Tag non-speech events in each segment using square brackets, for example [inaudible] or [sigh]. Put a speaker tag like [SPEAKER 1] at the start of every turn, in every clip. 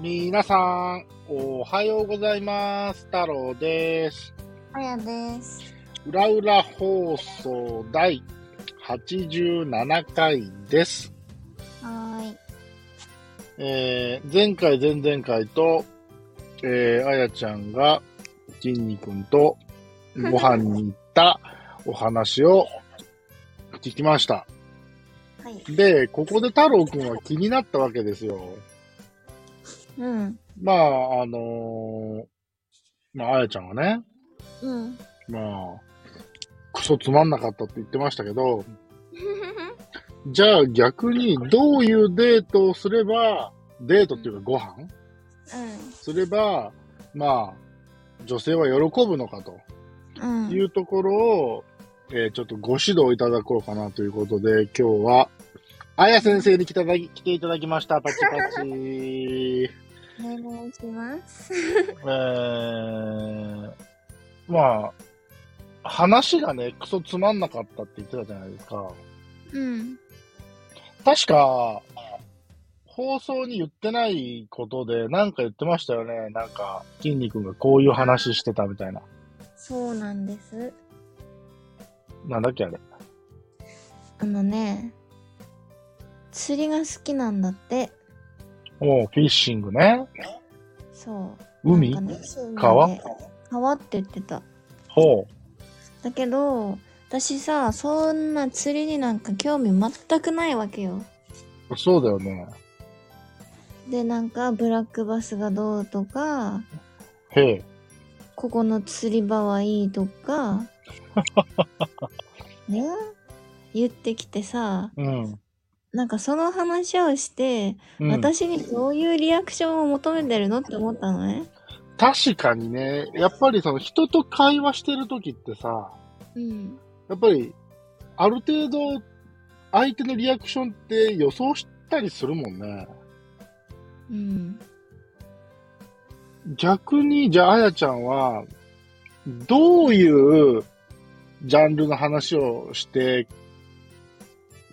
[SPEAKER 1] 皆さん、おはようございます。太郎です。
[SPEAKER 2] あやです。
[SPEAKER 1] 裏裏放送第87回です。
[SPEAKER 2] は
[SPEAKER 1] えー前回、前々回と、えーあやちゃんが、きんに君とご飯に行ったお話を聞きました。
[SPEAKER 2] ーい。はい。
[SPEAKER 1] で、ここで太郎くんは気になったわけですよ。
[SPEAKER 2] うん。
[SPEAKER 1] まあ、あのーまあ、あやちゃんがね、
[SPEAKER 2] うん。
[SPEAKER 1] まあ、クソつまんなかったって言ってましたけど、じゃあ逆にどういうデートをすれば、デートっていうかご飯すれば、まあ、女性は喜ぶのかと
[SPEAKER 2] うん。うん
[SPEAKER 1] い。うところを、えーちょっとご指導いただこうかなということで、今日は、あや先生に来ただき来ていただきました。パチパチ。 [laughs] え
[SPEAKER 2] お願いします。
[SPEAKER 1] ー、まあ、話がね、クソつまんなかったって言ってたじゃないですか。
[SPEAKER 2] うん。
[SPEAKER 1] 確か、放送に言ってないことで、なんか言ってましたよね。なんか、筋肉がこういう話してたみたいな。
[SPEAKER 2] そうなんです。
[SPEAKER 1] なんだっけ、あれ。
[SPEAKER 2] あのね、釣りが好きなんだって。
[SPEAKER 1] おうフィッシングね。
[SPEAKER 2] そう。
[SPEAKER 1] 海
[SPEAKER 2] なんかねそうなんで
[SPEAKER 1] 川
[SPEAKER 2] 川って言ってた。
[SPEAKER 1] ほう。
[SPEAKER 2] だけど、私さ、そんな釣りになんか興味全くないわけよ。
[SPEAKER 1] そうだよね。
[SPEAKER 2] で、なんか、ブラックバスがどうとか、
[SPEAKER 1] へえ。
[SPEAKER 2] ここの釣り場はいいと
[SPEAKER 1] [laughs]
[SPEAKER 2] か、ね、言ってきてさ、
[SPEAKER 1] うん。
[SPEAKER 2] なんかその話をして、
[SPEAKER 1] うん、
[SPEAKER 2] 私にどういうリアクションを求めてるのって思ったのね。
[SPEAKER 1] 確かにね、やっぱりその人と会話してる時ってさ、
[SPEAKER 2] うん。
[SPEAKER 1] やっぱり、ある程度、相手のリアクションって予想したりするもんね。
[SPEAKER 2] うん。
[SPEAKER 1] 逆に、じゃあ、あやちゃんは、どういうジャンルの話をして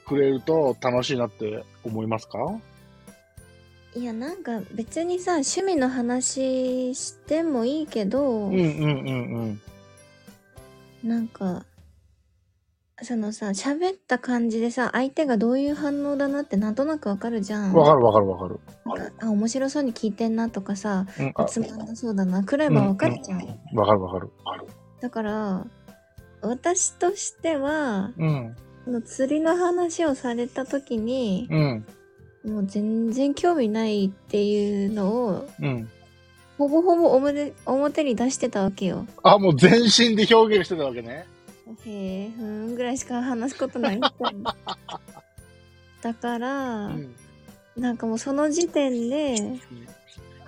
[SPEAKER 1] くれると楽しいなって思いますか
[SPEAKER 2] いや、なんか別にさ、趣味の話してもいいけど、
[SPEAKER 1] うんうんうんうん。
[SPEAKER 2] なんか、そのさ、喋った感じでさ、相手がどういう反応だなってなんとなくわかるじゃん。
[SPEAKER 1] わかるわかるわかる。
[SPEAKER 2] なんかあ、面白そうに聞いてんなとかさ、
[SPEAKER 1] うん、あ
[SPEAKER 2] つまんなそうだなくらいはわかるじゃん。
[SPEAKER 1] わかるわかる。
[SPEAKER 2] だから私としては
[SPEAKER 1] うん。
[SPEAKER 2] その釣りの話をされた時に
[SPEAKER 1] うん。
[SPEAKER 2] もう全然興味ないっていうのを
[SPEAKER 1] うん。
[SPEAKER 2] ほぼほぼ表表に出してたわけよ。
[SPEAKER 1] あ、もう全身で表現してたわけね。
[SPEAKER 2] へえふーんぐらいしか話すことないみたいなだから、
[SPEAKER 1] うん。
[SPEAKER 2] なんかもうその時点で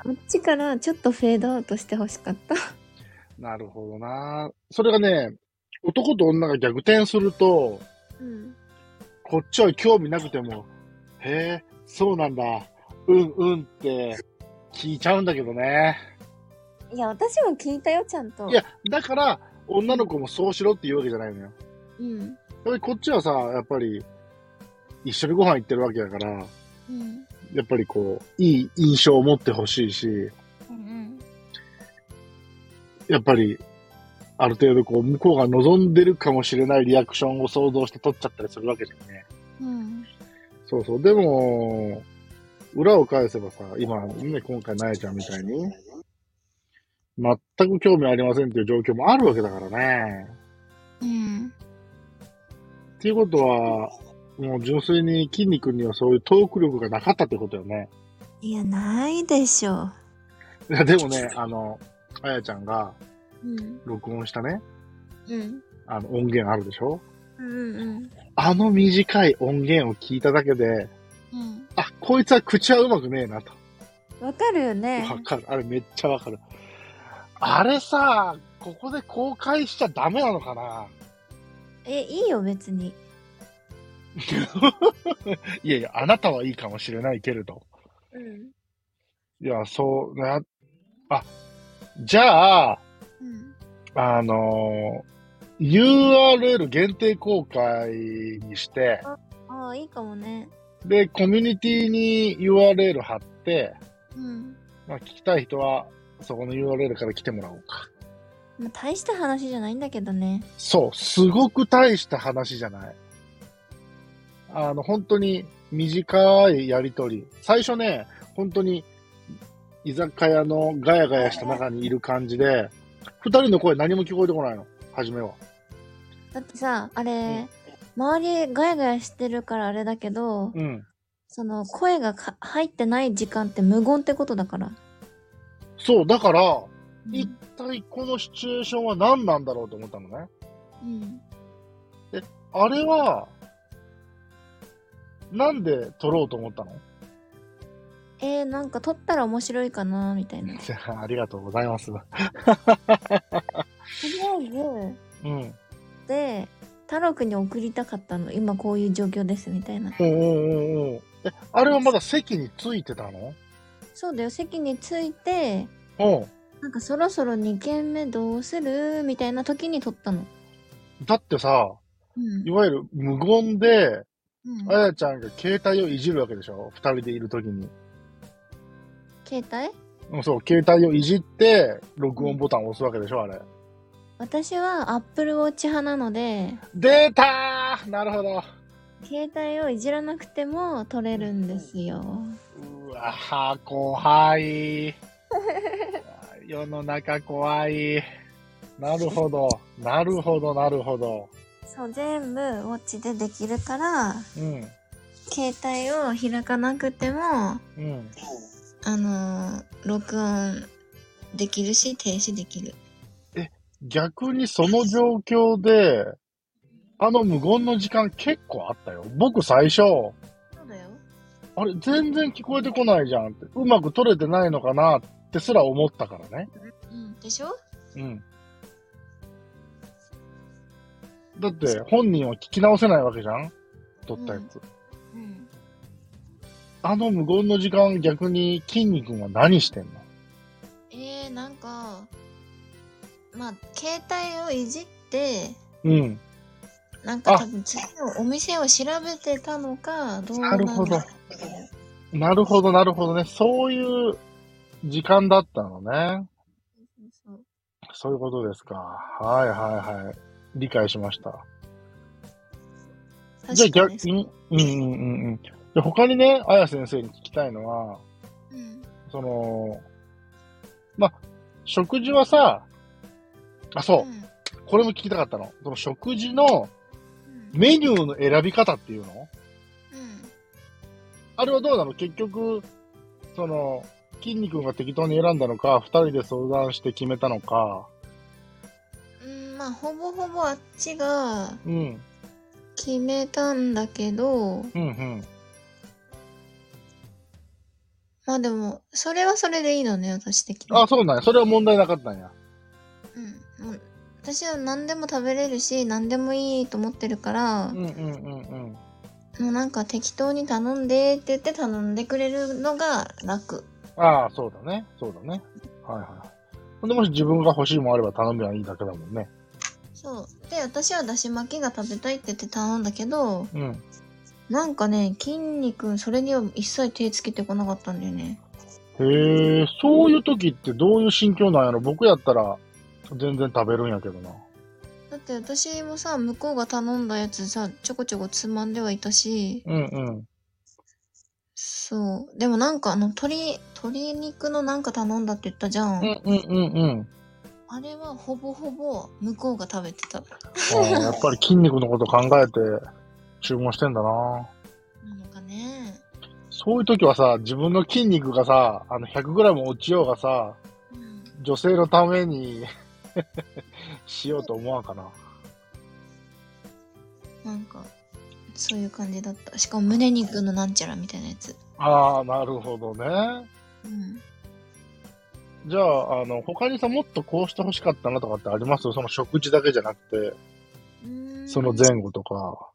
[SPEAKER 2] こっちからちょっとフェードアウトしてほしかった。
[SPEAKER 1] なるほどな。それがね、男と女が逆転すると、
[SPEAKER 2] うん、
[SPEAKER 1] こっちは興味なくても、へえ、そうなんだ、うんうんって聞いちゃうんだけどね。
[SPEAKER 2] いや私も聞いたよちゃんと。
[SPEAKER 1] いや、だから、女の子もそうしろって言うわけじゃないのよ。
[SPEAKER 2] うん
[SPEAKER 1] やっぱりこっちはさ、やっぱり、一緒にご飯行ってるわけだから、
[SPEAKER 2] うん
[SPEAKER 1] やっぱりこう、いい印象を持ってほしいし、
[SPEAKER 2] うん
[SPEAKER 1] やっぱり、ある程度こう、向こうが望んでるかもしれないリアクションを想像して取っちゃったりするわけじゃんね。
[SPEAKER 2] うん
[SPEAKER 1] そうそう。でも、裏を返せばさ、今、ね、今回、なやちゃんみたいに、全く興味ありませんっていう状況もあるわけだからね。
[SPEAKER 2] うん
[SPEAKER 1] っていうことは、もう純粋に筋肉にはそういうトーク力がなかったってことよね。
[SPEAKER 2] いや、ないでしょ
[SPEAKER 1] いやでもね、あの、あやちゃんが
[SPEAKER 2] う。うん。
[SPEAKER 1] 録音したね、
[SPEAKER 2] うん。
[SPEAKER 1] あの音源あるでしょ
[SPEAKER 2] うんうん。
[SPEAKER 1] あの短い音源を聞いただけで、
[SPEAKER 2] うん。
[SPEAKER 1] あ、こいつは口はうまくねえなと。
[SPEAKER 2] わかるよね。
[SPEAKER 1] わかる。あれめっちゃわかる。あれさ、ここで公開しちゃダメなのかな
[SPEAKER 2] え、いいよ、別に。
[SPEAKER 1] いやいや、あなたはいいかもしれないけれど。
[SPEAKER 2] うん。
[SPEAKER 1] いや、そうな、あ、じゃあ、
[SPEAKER 2] うん。
[SPEAKER 1] あのー URL 限定公開にして、
[SPEAKER 2] ああ、いいかもね。
[SPEAKER 1] で、コミュニティに URL 貼って、
[SPEAKER 2] うん。
[SPEAKER 1] まあ、聞きたい人は、そこの URL から来てもらおうか。
[SPEAKER 2] まあ、大した話じゃないんだけどね。
[SPEAKER 1] そう、すごく大した話じゃない。あの、本当に短いやりとり。最初ね、本当に居酒屋のガヤガヤした中にいる感じで、二人の声何も聞こえてこないの、初めは。
[SPEAKER 2] だってさ、あれ、周りガヤガヤしてるからあれだけど、
[SPEAKER 1] うん。
[SPEAKER 2] その声がか入ってない時間って無言ってことだから。
[SPEAKER 1] そう、だから、
[SPEAKER 2] うん
[SPEAKER 1] 一体このシチュエーションは何なんだろうと思ったのね。
[SPEAKER 2] うん。
[SPEAKER 1] あれは、なんで撮ろうと思ったの [laughs]
[SPEAKER 2] えー、なんか撮ったら面白いかな、みたいな。と
[SPEAKER 1] じゃあ、ありがとうございます。
[SPEAKER 2] りあえ
[SPEAKER 1] うん。
[SPEAKER 2] ず、で、太郎くんに送りたかったの。今こういう状況です、みたいな。
[SPEAKER 1] おうおうおうおうえ、あれはまだ席についてたの
[SPEAKER 2] そうだよ、席に着いて、
[SPEAKER 1] うん。
[SPEAKER 2] なんかそろそろ2軒目どうするみたいな時に撮ったの。
[SPEAKER 1] だってさ、
[SPEAKER 2] うん
[SPEAKER 1] い。わゆる無言で、
[SPEAKER 2] うん
[SPEAKER 1] あやちゃんが携帯をいじるわけでしょ二人でいるときに。
[SPEAKER 2] 携帯
[SPEAKER 1] うんそう、携帯をいじって、録音ボタンを押すわけでしょあれ。
[SPEAKER 2] 私は Apple Watch 派なので、
[SPEAKER 1] 出たーなるほど。
[SPEAKER 2] 携帯をいじらなくても撮れるんですよ。
[SPEAKER 1] うわぁ、怖
[SPEAKER 2] [laughs]
[SPEAKER 1] い。世の中怖い。なるほど。なるほど、なるほど。
[SPEAKER 2] そう、全部ウォッチでできるから、
[SPEAKER 1] うん。
[SPEAKER 2] 携帯を開かなくても、あ
[SPEAKER 1] うん。
[SPEAKER 2] のー録音できるし、停止できる。
[SPEAKER 1] 逆にその状況で、あの無言の時間結構あったよ。僕最初、
[SPEAKER 2] そうだよ。
[SPEAKER 1] あれ全然聞こえてこないじゃんって、うまく取れてないのかなってすら思ったからね。
[SPEAKER 2] うん、でしょ
[SPEAKER 1] うん。だって本人は聞き直せないわけじゃん撮ったやつ。
[SPEAKER 2] うん。
[SPEAKER 1] あの無言の時間、逆に、筋肉は何してんの
[SPEAKER 2] えー、なんか、まあ、携帯をいじって、
[SPEAKER 1] うん。
[SPEAKER 2] なん
[SPEAKER 1] あ
[SPEAKER 2] か多分次のお店を調べてたのか、どうなんだろう
[SPEAKER 1] なるなるほど、なるほどね。そういう時間だったのね。
[SPEAKER 2] そう
[SPEAKER 1] そういうことですか。はいはいはい。理解しました。
[SPEAKER 2] そう
[SPEAKER 1] じゃあ
[SPEAKER 2] 確
[SPEAKER 1] 逆
[SPEAKER 2] かにです。
[SPEAKER 1] に、うんうんうんうん。で他にね、あや先生に聞きたいのは、
[SPEAKER 2] うん
[SPEAKER 1] その、ま、食事はさ、あ、そうう、
[SPEAKER 2] ん
[SPEAKER 1] これも聞きたかったの。その食事の
[SPEAKER 2] うん
[SPEAKER 1] メニューの選び方っていうの
[SPEAKER 2] うん
[SPEAKER 1] あれはどうなの結局、その、筋肉が適当に選んだのか、二人で相談して決めたのか。
[SPEAKER 2] うん、まあほぼほぼあっちが
[SPEAKER 1] うん。
[SPEAKER 2] 決めたんだけど
[SPEAKER 1] うんうん。
[SPEAKER 2] まあでもそれはそれでいいのね私的に
[SPEAKER 1] あ、そうなんや。それは問題なかったんや。
[SPEAKER 2] うん、もう私は何でも食べれるし何でもいいと思ってるから、
[SPEAKER 1] うんうんうんうん。
[SPEAKER 2] もうなんか適当に頼んでって言って頼んでくれるのが楽
[SPEAKER 1] ああ、そうだね。そうだね。はいはい。ほんで、もし自分が欲しいもんあれば頼めばいいだけだもんね。
[SPEAKER 2] そうで私はだし巻きが食べたいって言って頼んだけど
[SPEAKER 1] うん。
[SPEAKER 2] なんかね、筋肉、それには一切手つけてこなかったんだよね。
[SPEAKER 1] へえ、そういう時ってどういう心境なんやろ僕やったら全然食べるんやけどな。
[SPEAKER 2] だって私もさ、向こうが頼んだやつさ、ちょこちょこつまんではいたし、
[SPEAKER 1] うんうん。
[SPEAKER 2] そう。でもなんかあの、鶏、鶏肉のなんか頼んだって言ったじゃん。
[SPEAKER 1] うんうんうんうん。
[SPEAKER 2] あれはほぼほぼ向こうが食べてた。
[SPEAKER 1] ああやっぱり筋肉のこと考えて注文してんだな。
[SPEAKER 2] なのかね。
[SPEAKER 1] そういう時はさ、自分の筋肉がさ、あの 100g 落ちようがさ、
[SPEAKER 2] うん。
[SPEAKER 1] 女性のために [laughs] しようと思わんかな。
[SPEAKER 2] なんか、そういう感じだった。しかも胸肉のなんちゃらみたいなやつ。
[SPEAKER 1] ああ、なるほどね。
[SPEAKER 2] うん。
[SPEAKER 1] じゃあ、あの、他にさ、もっとこうして欲しかったなとかってありますその食事だけじゃなく
[SPEAKER 2] うー
[SPEAKER 1] て、
[SPEAKER 2] ん
[SPEAKER 1] その前後とか。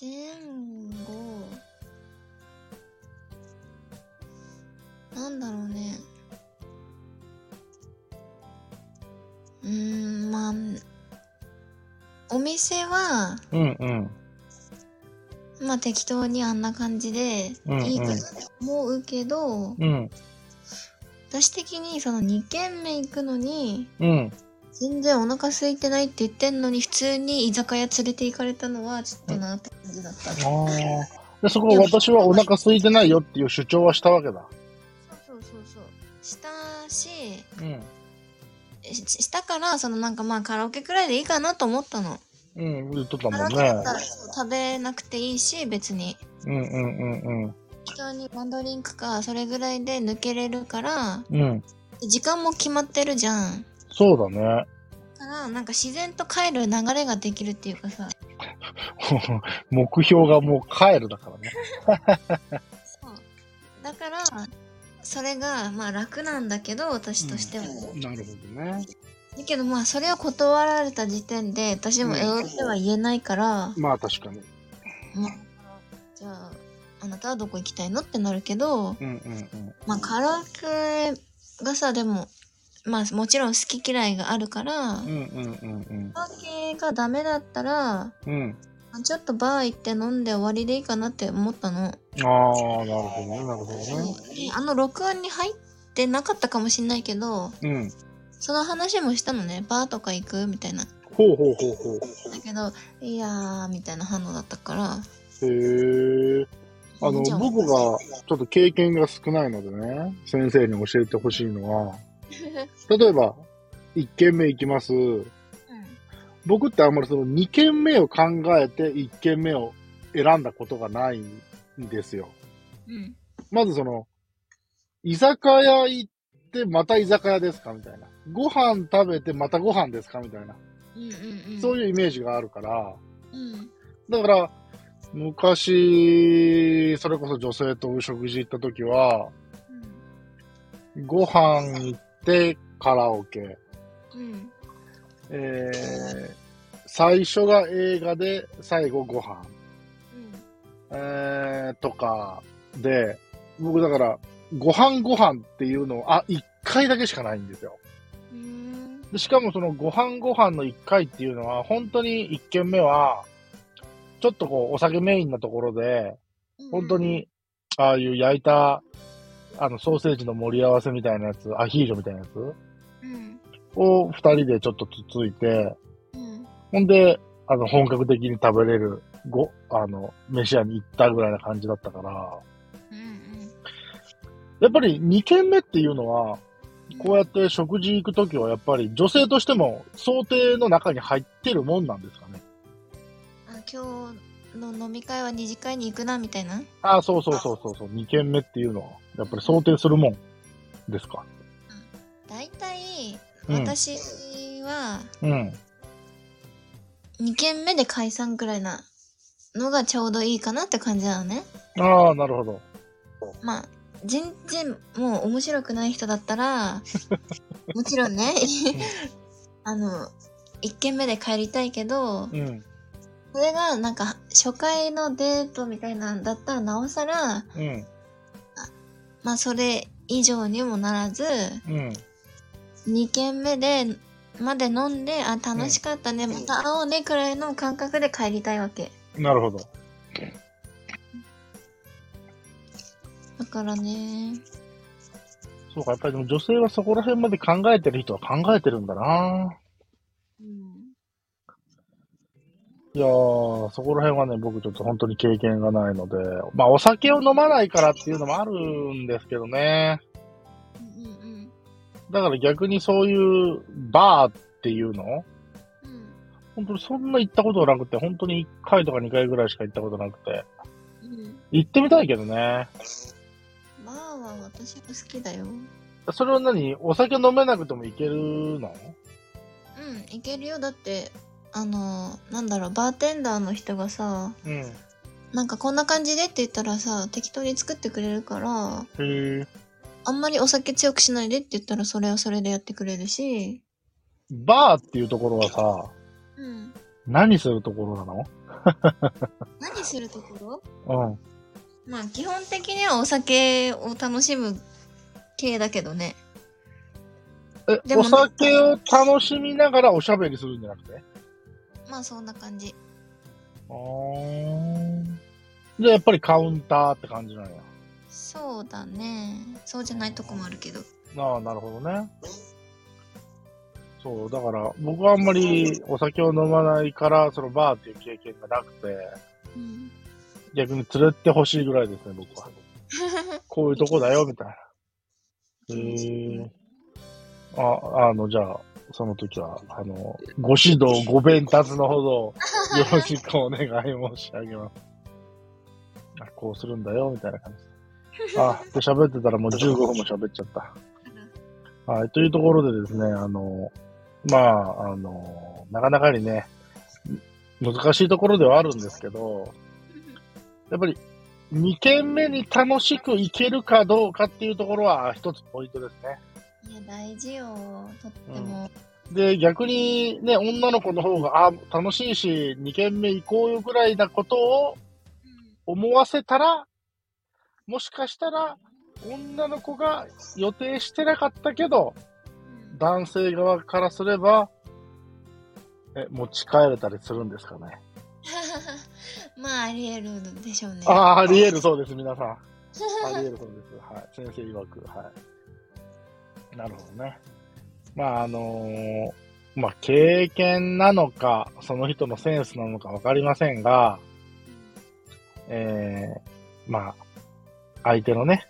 [SPEAKER 2] 前後なんだろうねうーんまあお店は
[SPEAKER 1] うんうん。
[SPEAKER 2] まあ適当にあんな感じで
[SPEAKER 1] うんうん
[SPEAKER 2] いいかなと思うけど、
[SPEAKER 1] うん。
[SPEAKER 2] 私的にその2軒目行くのに
[SPEAKER 1] うん。
[SPEAKER 2] 全然お腹空いてないって言ってんのに普通に居酒屋連れて行かれたのはちょっとなって感じだった、
[SPEAKER 1] ああ。で、そこは私はお腹空いてないよっていう主張はしたわけだ。
[SPEAKER 2] そうそうそうそうしたし
[SPEAKER 1] うん。
[SPEAKER 2] ししたからそのなんかまあカラオケくらいでいいかなと思ったの
[SPEAKER 1] うん、言っとった
[SPEAKER 2] カ
[SPEAKER 1] も
[SPEAKER 2] ラオ
[SPEAKER 1] ん
[SPEAKER 2] ケ
[SPEAKER 1] ね
[SPEAKER 2] だ。ったらそう食べなくていいし別に
[SPEAKER 1] うんうんうんうん。
[SPEAKER 2] 適当にワンドリンクかそれぐらいで抜けれるから
[SPEAKER 1] うん。
[SPEAKER 2] 時間も決まってるじゃん
[SPEAKER 1] そうだね。 [laughs]
[SPEAKER 2] だからなんか自然と帰る流れができるっていうかさ
[SPEAKER 1] 目標がもう帰るだからね。
[SPEAKER 2] そうだからそれがまあ楽なんだけど私としては、
[SPEAKER 1] なるほどね。
[SPEAKER 2] だけどまあそれを断られた時点で私も
[SPEAKER 1] うん
[SPEAKER 2] 英語では言えないから、
[SPEAKER 1] まあ確かに。
[SPEAKER 2] まあじゃああなたはどこ行きたいのってなるけど
[SPEAKER 1] うんうん
[SPEAKER 2] まあカラオケがさでもまあもちろん好き嫌いがあるから
[SPEAKER 1] うん。うんうんうん
[SPEAKER 2] カラオケがダメだったら
[SPEAKER 1] うん。うん。
[SPEAKER 2] まあちょっとバー行って飲んで終わりでいいかなって思ったの。
[SPEAKER 1] ああ、なるほどね、なるほどね。
[SPEAKER 2] であの録音に入ってなかったかもしんないけど
[SPEAKER 1] うん。
[SPEAKER 2] その話もしたのねバーとか行くみたいなだ
[SPEAKER 1] ほうほうほうほ
[SPEAKER 2] けどいやーみたいな反応だったから
[SPEAKER 1] う。へえ。あの、
[SPEAKER 2] じゃあ
[SPEAKER 1] 僕がちょっと経験が少ないのでね、先生に教えてほしいの
[SPEAKER 2] [laughs]
[SPEAKER 1] は、例えば、1軒目行きます。僕ってあんまりその2軒目を考えて1軒目を選んだことがないんですよ。
[SPEAKER 2] うんうん
[SPEAKER 1] まずその、居酒屋行ってまた居酒屋ですかみたいな。ご飯食べてまたご飯ですかみたいな。
[SPEAKER 2] うんうんうん
[SPEAKER 1] そう
[SPEAKER 2] いう
[SPEAKER 1] いうイメージがあるから、
[SPEAKER 2] うん
[SPEAKER 1] だから、昔、それこそ女性と食事行った時は、ご飯行ってカラオケ、
[SPEAKER 2] うん
[SPEAKER 1] えー、最初が映画で最後ご飯、えー、とかで、僕だから、ご飯ご飯っていうのを、あ、一回だけしかないんですよ。
[SPEAKER 2] うんうん
[SPEAKER 1] でしかもそのご飯ご飯の一回っていうのは、本当に一軒目は、ちょっとこう、お酒メインなところで、本当に、ああいう焼いた、あの、ソーセージの盛り合わせみたいなやつ、アヒージョみたいなやつ
[SPEAKER 2] うん
[SPEAKER 1] を二人でちょっとつついて、
[SPEAKER 2] うん
[SPEAKER 1] ほんで、あの、本格的に食べれる、ご、あの、飯屋に行ったぐらいな感じだったから、
[SPEAKER 2] うん
[SPEAKER 1] やっぱり二軒目っていうのは、こうやって食事行くときはやっぱり女性としても想定の中に入ってるもんなんですかね。
[SPEAKER 2] あ今日の飲み会は二次会に行くなみたいな
[SPEAKER 1] ああ、そうそうそうそうそう、二軒目っていうのは、やっぱり想定するもんですか。
[SPEAKER 2] 大体
[SPEAKER 1] うん
[SPEAKER 2] 私は
[SPEAKER 1] うん。
[SPEAKER 2] 2軒目で解散くらいなのがちょうどいいかなって感じなのね
[SPEAKER 1] ああ、なるほど。
[SPEAKER 2] まあ全然もう面白くない人だっ
[SPEAKER 1] [laughs]
[SPEAKER 2] たらもちろんね [laughs] あの1軒目で帰りたいけど
[SPEAKER 1] うん。
[SPEAKER 2] それがなんか初回のデートみたいなんだったらなおさら
[SPEAKER 1] うん。
[SPEAKER 2] まあそれ以上にもならず
[SPEAKER 1] うん。
[SPEAKER 2] 2軒目でまで飲んであ楽しかったね、また会おうねくらいの感覚で帰りたいわけ
[SPEAKER 1] なるほど。
[SPEAKER 2] だからね
[SPEAKER 1] そうか、やっぱりでも女性はそこら辺まで考えてる人は考えてるんだな。
[SPEAKER 2] うん
[SPEAKER 1] いやー、そこら辺はね、僕ちょっと本当に経験がないので、まあお酒を飲まないからっていうのもあるんですけどね。
[SPEAKER 2] うんうん
[SPEAKER 1] だから逆にそういうバーっていうの
[SPEAKER 2] うんうん
[SPEAKER 1] 本当にそんな行ったことなくて、本当に1回とか2回ぐらいしか行ったことなくて、
[SPEAKER 2] うん
[SPEAKER 1] 行ってみたいけどね。
[SPEAKER 2] バーは私も好きだよ。うん、
[SPEAKER 1] それは何お酒飲めなくても行けるの
[SPEAKER 2] いけるよ。だって、あの、なんだろう、バーテンダーの人がさ、
[SPEAKER 1] うん。へ
[SPEAKER 2] なんかこんな感じでって言ったらさ、適当に作ってくれるから、
[SPEAKER 1] ー
[SPEAKER 2] あんまりお酒強くしないでって言ったらそれはそれでやってくれるし、
[SPEAKER 1] バーっていうところはさ、
[SPEAKER 2] うん。
[SPEAKER 1] 何するところなの
[SPEAKER 2] 何するところ
[SPEAKER 1] うん。
[SPEAKER 2] まあ基本的にはお酒を楽しむ系だけどね。
[SPEAKER 1] え、
[SPEAKER 2] でも
[SPEAKER 1] お酒を楽しみながらおしゃべりするんじゃなくて
[SPEAKER 2] まあそんな感じ。
[SPEAKER 1] あーじゃあやっぱりカウンターって感じなんや。
[SPEAKER 2] そうだね。そうじゃないとこもあるけど。
[SPEAKER 1] ああ、なるほどね。そう、だから、僕はあんまりお酒を飲まないから、そのバーっていう経験がなくて、
[SPEAKER 2] うん。
[SPEAKER 1] 逆に連れてほしいぐらいですね、僕は。こういうとこだよ、みたいな。へえ。あ、あの、じゃあ、その時は、あの、ご指導、ご鞭達のほど、よろしくお願い申し上げます。あ、こうするんだよ、みたいな感じで。あ、で、喋ってたらもう15分も喋っちゃった。はい、というところでですね、あの、まあ、あの、なかなかにね、難しいところではあるんですけど、やっぱり2軒目に楽しく行けるかどうかっていうところは一つポイントですね。
[SPEAKER 2] いや、大事よ。とっても。
[SPEAKER 1] で、逆にね、女の子の方が、あ、楽しいし、2軒目行こうよぐらいなことを思わせたら、もしかしたら、女の子が予定してなかったけど、
[SPEAKER 2] うん
[SPEAKER 1] 男性側からすれば、え、持ち帰れたりするんですかね。
[SPEAKER 2] まあ、あり得るでしょうね。
[SPEAKER 1] あ
[SPEAKER 2] [laughs]
[SPEAKER 1] あ、あり得るそうです、皆さん。あり得るそうです。はい。先生曰く、はい。なるほどね。まあ、あのーまあ、経験なのか、その人のセンスなのかわかりませんが、えー、まあ、相手のね、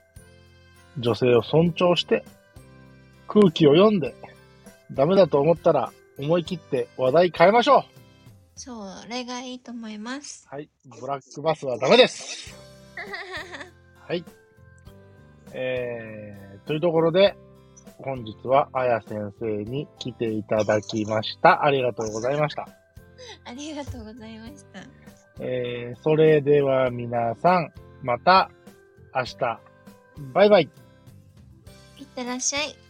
[SPEAKER 1] 女性を尊重して、空気を読んで、ダメだと思ったら、思い切って話題変えましょう
[SPEAKER 2] それがいいと思い [laughs] ます。
[SPEAKER 1] はい。ブラックバスはダメですはい。えー、というところで、本日はあや先生に来ていただきました。ありがとうございました。
[SPEAKER 2] ありがとうございました。
[SPEAKER 1] えー、それでは皆さん、また明日。バイバイ。
[SPEAKER 2] いってらっしゃい。